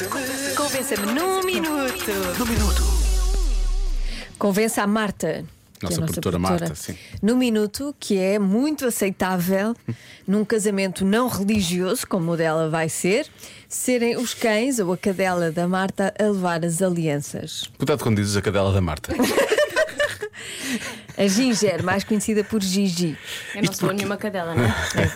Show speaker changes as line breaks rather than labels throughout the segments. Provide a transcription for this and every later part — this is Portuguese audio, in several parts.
Convença-me
Convença-me num minuto.
num minuto.
Convença a Marta. que é a
Nossa produtora Marta, sim.
Num minuto que é muito aceitável num casamento não religioso, como o dela vai ser, serem os cães ou a cadela da Marta a levar as alianças.
Cuidado quando dizes a cadela da Marta.
A Ginger, mais conhecida por Gigi.
Eu não sou nenhuma cadela, não é?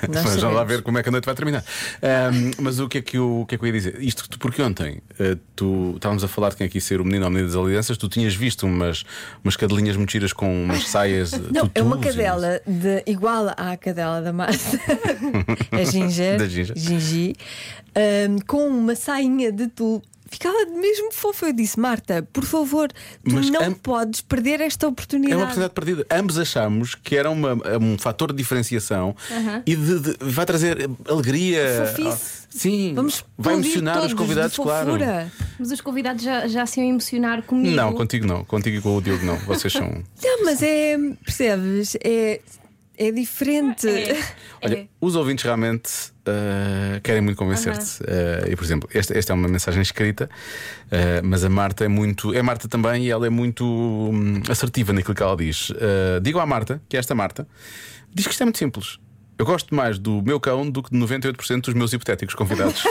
É, nós
Vamos já lá
sabemos.
ver como é que a noite vai terminar. Ahm, mas o que, é que eu, o que é que eu ia dizer? Isto tu- porque ontem ah, tu estávamos a falar de quem aqui ser o menino ou a menina das alianças, tu tinhas visto umas, umas cadelinhas mentiras com umas saias.
Não, é uma cadela de- igual à cadela da Marta, a Ginger,
Da Ginger.
Gingi, ahm, com uma sainha de tul. Ficava mesmo fofa. Eu disse, Marta, por favor, tu
Mas
não
am-
podes perder esta oportunidade.
É uma oportunidade perdida. Ambos achamos que era uma- um fator de diferenciação e de, de- vai trazer alegria.
Fofice.
Sim,
Vamos
vai
explodir
emocionar
todos
os
de
convidados, claro.
fofura.
Mas os convidados já, já se iam emocionar comigo.
Não, contigo não, contigo e com o Diogo não. Vocês são.
Não, mas é, percebes? É, é diferente.
É.
Olha,
É.
os ouvintes realmente ah, querem muito convencer-te. Ah, e, por exemplo, esta, esta é uma mensagem escrita, ah, mas a Marta é muito. É Marta também e ela é muito hum, assertiva naquilo que ela diz. Ah, digo à Marta, que é esta Marta, diz que isto é muito simples. Eu gosto mais do meu cão do que de 98% dos meus hipotéticos convidados.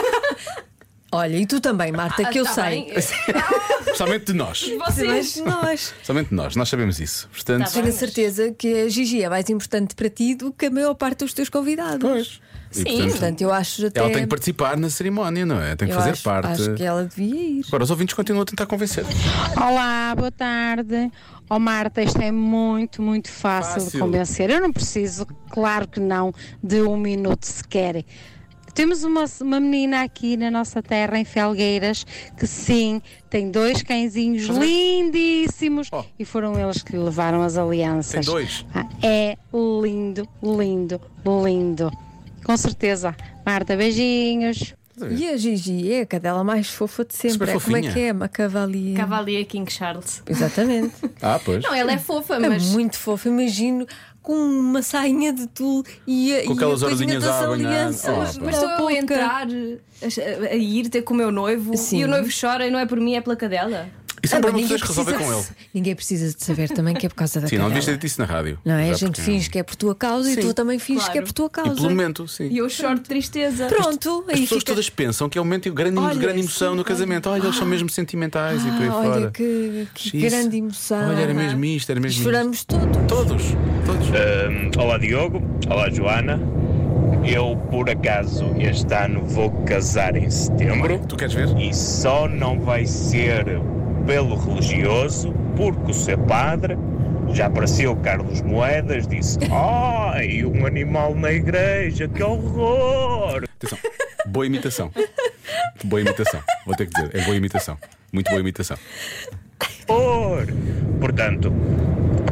Olha, e tu também, Marta, que eu
Tá
sei.
bem, eh,
Somente de nós.
Vocês.
Mas nós.
Somente de nós, nós sabemos isso. Portanto,
Tá
Tenho a
bem.
certeza que a Gigi é mais importante para ti do que a maior parte dos teus convidados.
pois. E,
E,
portanto,
portanto, eu acho até.
ela tem que participar na cerimónia, não é? Tem que
eu
fazer
acho,
parte.
Acho que ela devia ir.
Agora, os ouvintes continuam a tentar convencer.
Olá, boa tarde. Oh Marta, isto é muito, muito fácil,
Fácil.
de convencer. Eu não preciso, claro que não, de um minuto sequer. Temos uma, uma menina aqui na nossa terra, em Felgueiras, que sim, tem dois cãezinhos lindíssimos
Oh.
e foram eles que lhe levaram as alianças.
Tem dois?
Ah, É lindo, lindo, lindo. Com certeza. Marta, beijinhos.
E a Gigi é a cadela mais fofa de sempre.
Super
É, como é
fofinha.
que é? Uma cavalier.
Cavalier King Charles.
Exatamente.
Ah, pois.
Não, ela é fofa,
É
mas.
muito fofa. Imagino com uma sainha de tule e, a-
Com
e
aquelas
a coisinha
orelhinhas
das
a abanhar.
alianças.
Oh,
Mas estou eu a
Pouca.
entrar, a, a ir ter com o meu noivo
Sim.
e o noivo chora e não é por mim, é pela cadela.
Isso é um
Ah, bem,
problema que
ninguém
tens que resolver com
precisa-
ele.
Ninguém precisa de saber também que é por causa da
Sim, não
cadela.
devias ter dito isso na rádio.
Não é?
Já
A gente
porque-
finge que é por tua causa
Sim.
e tu também finges
Claro.
que é por tua
E
causa.
pelo momento, sim.
E eu choro de tristeza.
Pronto,
As
aí
pessoas
fica...
todas pensam que é um momento de grande,
Olha,
grande emoção
sim,
no
olha.
casamento. Olha, eles são mesmo sentimentais e por aí
Ah,
fora.
olha que, que
Isso.
grande emoção.
Olha, era mesmo isto, era mesmo Então,
Choramos tudo.
isto. Todos, todos.
Ahm, Hum, olá Diogo, olá Joana. Eu por acaso este ano vou casar em setembro
Tu queres ver?
e só não vai ser pelo religioso porque o seu padre já apareceu Carlos Moedas disse ai um animal na igreja que horror
Atenção. Boa imitação. Boa imitação. Vou ter que dizer. É boa imitação. Muito boa imitação.
horror portanto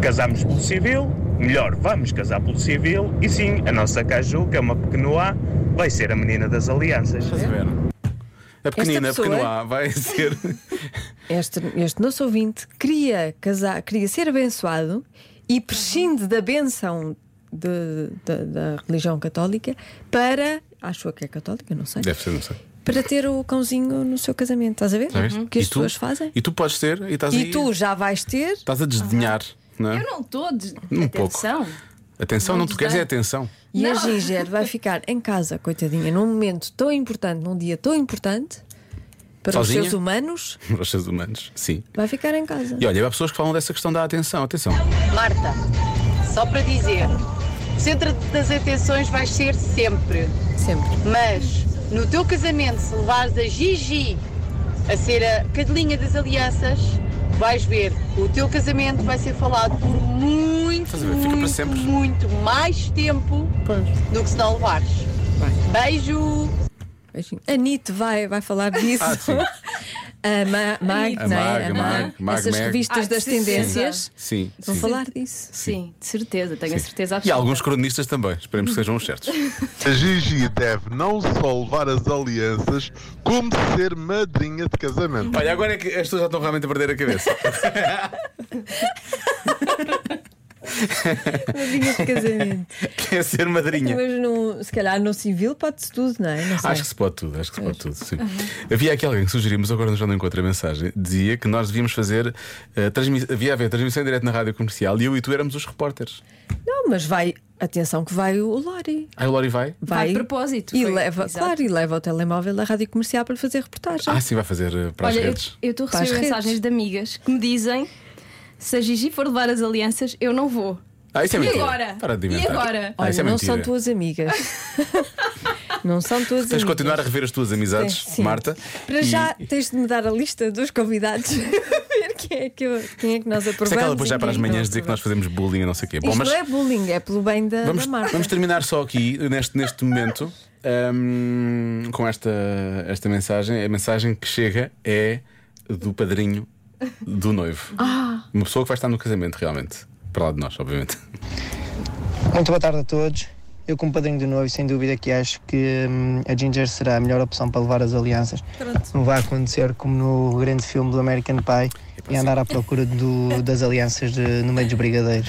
casamos pelo civil melhor vamos casar pelo civil e sim a nossa Caju que é uma pequenoá vai ser a menina das alianças
Estás a ver? A pequenina, a
pessoa-
pequenoá, vai ser.
Este, este nosso ouvinte queria casar, queria ser abençoado e prescinde da benção de- da- da religião católica para. Acho eu que é católica, não sei.
Deve ser, não sei.
Para ter o cãozinho no seu casamento. Estás a ver?
Sabes?
O Uhum. que as
E tu-
pessoas fazem?
E tu podes ter e estás
E
aí-
tu já vais ter.
Estás a desdenhar, não é?
Eu não estou. De...
Um pouco.
Atenção.
Atenção, não, tu queres é atenção.
E a
Não.
Ginger vai ficar em casa, coitadinha, num momento tão importante, num dia tão importante para
Sozinha?
os seres humanos,
Para os seres humanos, sim.
vai ficar em casa.
E olha, há pessoas que falam dessa questão da atenção. Atenção.
Marta, só para dizer, o centro das atenções vais ser sempre,
Sempre.
mas no teu casamento, se levares a Gigi a ser a cadelinha das alianças, vais ver, o teu casamento vai ser falado por muito,
Estás a ver? Fica para
muito,
sempre.
muito mais tempo do que se não levares. Beijo!
Beijinho. A NIT vai, vai falar disso.
Ah, sim.
a Ma Mag,
A
não
Mag,
é?
a Mag, Mag,
Essas
Mag.
revistas
Ah,
das
sim,
tendências
Sim.
vão
sim.
falar disso.
Sim, de certeza, tenho a certeza
E
absoluta.
há alguns cronistas também. Esperemos que sejam os certos.
A Gigi deve não só levar as alianças, como ser madrinha de casamento.
Olha, agora é que as pessoas já estão realmente a perder a cabeça.
Madrinha de casamento.
Quer ser madrinha.
Mas no, se calhar no civil pode-se tudo, não é? Não sei.
Acho que se pode tudo, acho que se pode tudo. Sim. Havia aqui alguém que sugerimos, agora já não encontro a mensagem, dizia que nós devíamos fazer. eh, transmi- havia a ver transmissão em direto na rádio comercial e eu e tu éramos os repórteres.
Não, mas vai, atenção que vai o Lori.
Aí o Lori vai?
Vai,
Vai de propósito,
E
foi-
leva,
exato.
claro, e leva o telemóvel da rádio comercial para lhe fazer reportagem.
Ah, sim, vai fazer eh, para as
Olha, eu-
redes.
eu estou a
Para as
receber
redes.
mensagens de amigas que me dizem: se a Gigi for levar as alianças, eu não vou.
Ah, isso é
E
mentira.
agora?
Para de
E
inventar.
agora?
Ah,
Olha,
isso é
não
mentira.
são tuas amigas. não são tuas
Tens de
amigas.
continuar a rever as tuas amizades,
Sim, sim.
Marta.
Para
e-
já tens de me dar a lista dos convidados. ver quem é que, eu- quem é que nós aprovamos.
Sei que ela
e
depois já para as
quem não
manhãs dizer que nós
aprovamos.
fazemos bullying e não sei o quê. Bom,
Isto
mas
não é bullying, é pelo bem da,
vamos,
da marca.
vamos terminar só aqui, neste, neste momento, hum, com esta, esta mensagem. A mensagem que chega é do padrinho do noivo.
Ah.
Uma pessoa que vai estar no casamento, realmente. Para lá de nós, obviamente.
Muito boa tarde a todos. Eu, como padrinho de noivo, sem dúvida que acho que hum, a Ginger será a melhor opção para levar as alianças. Não vai acontecer como no grande filme do American Pie e andar à procura do- das alianças de- no meio dos brigadeiros.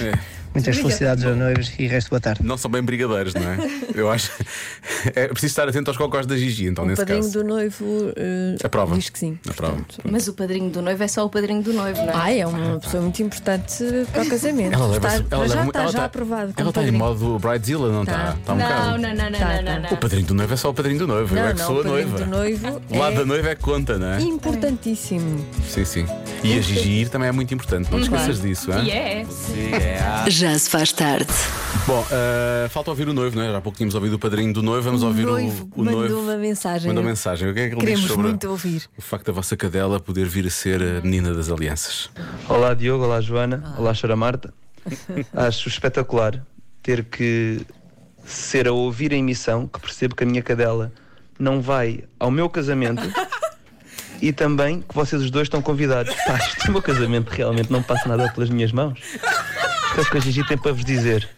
Muitas felicidades aos noivos e resto boa tarde.
Não são bem brigadeiros, não é? Eu acho. É preciso estar atento aos cocós da Gigi, então,
O
nesse
padrinho
caso.
do noivo eh,
Aprova.
diz que sim.
Aprova.
Mas o padrinho do noivo é só o padrinho do noivo, não é?
Ah, é uma pessoa muito importante para o casamento.
Ela leva,
está,
ela
para já
leva-
está
ela
já
tá-
aprovado. como
Ela está em
padrinho.
modo Bridezilla, não está?
Tá.
Está um
não,
bocado.
não, não, não,
Tá,
não, não,
tá.
não.
O padrinho do noivo é só o padrinho do noivo, eu
Não,
é que
não,
sou
o
a
padrinho
noiva.
do noivo
O lado
é
da noiva é que conta, não é?
importantíssimo.
Sim, sim. E a Gigi ir também é muito importante, não te esqueças disso,
E
hein?
é, é.
Ah.
Já se faz tarde.
Bom, eh, falta ouvir o noivo, não é? Já há pouco tínhamos ouvido o padrinho do noivo, vamos ouvir
noivo
o, o
mandou
noivo.
uma mensagem.
Mandou mensagem. O que é que ele
Queremos
diz sobre
muito ouvir.
o facto da vossa cadela poder vir a ser a menina das alianças?
Olá Diogo, olá Joana, olá Chora Marta. Acho espetacular ter que ser a ouvir a emissão que percebo que a minha cadela não vai ao meu casamento e também que vocês os dois estão convidados. Pá, isto do meu casamento realmente não passa nada pelas minhas mãos. O que é que a Gigi tem para vos dizer?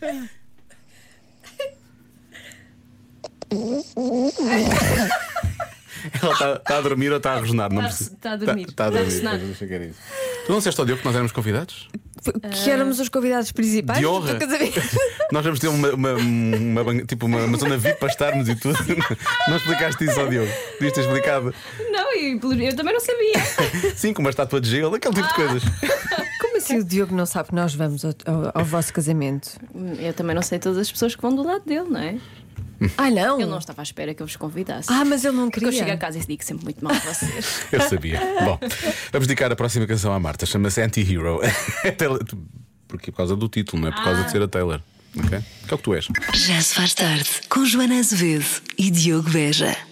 Ela está a dormir ou está a rosnar? Não
Tá-
percebo.
tá a dormir.
Tá- tá a dormir.
Tá a ressonar.
Não sei o que era isso. Tu não disseste ao Diogo que nós éramos convidados?
Que éramos os convidados principais
De honra.
do casamento.
Nós vamos ter uma, uma- uma ban- tipo uma, uma zona VIP para estarmos e tudo. Não explicaste isso ao Diogo. Devias ter explicado.
Não, e pelo- eu também não sabia.
Sim, com uma estátua de gelo, aquele tipo de coisas.
Como assim o Diogo não sabe que nós vamos ao, ao- ao vosso casamento?
Eu também não sei todas as pessoas que vão do lado dele, não é?
Ah, não?
Ele não estava à espera que eu vos convidasse.
Ah, mas ele não
Porque
queria.
eu chego a casa e digo sempre muito mal a vocês.
Eu sabia. Bom, vamos dedicar a próxima canção à Marta. Chama-se Anti-Hero. É Taylor- Porque por causa do título, não é por causa de ser a Taylor. ok? Que é o que tu és.
Já se faz tarde com Joana Azevedo e Diogo Veja.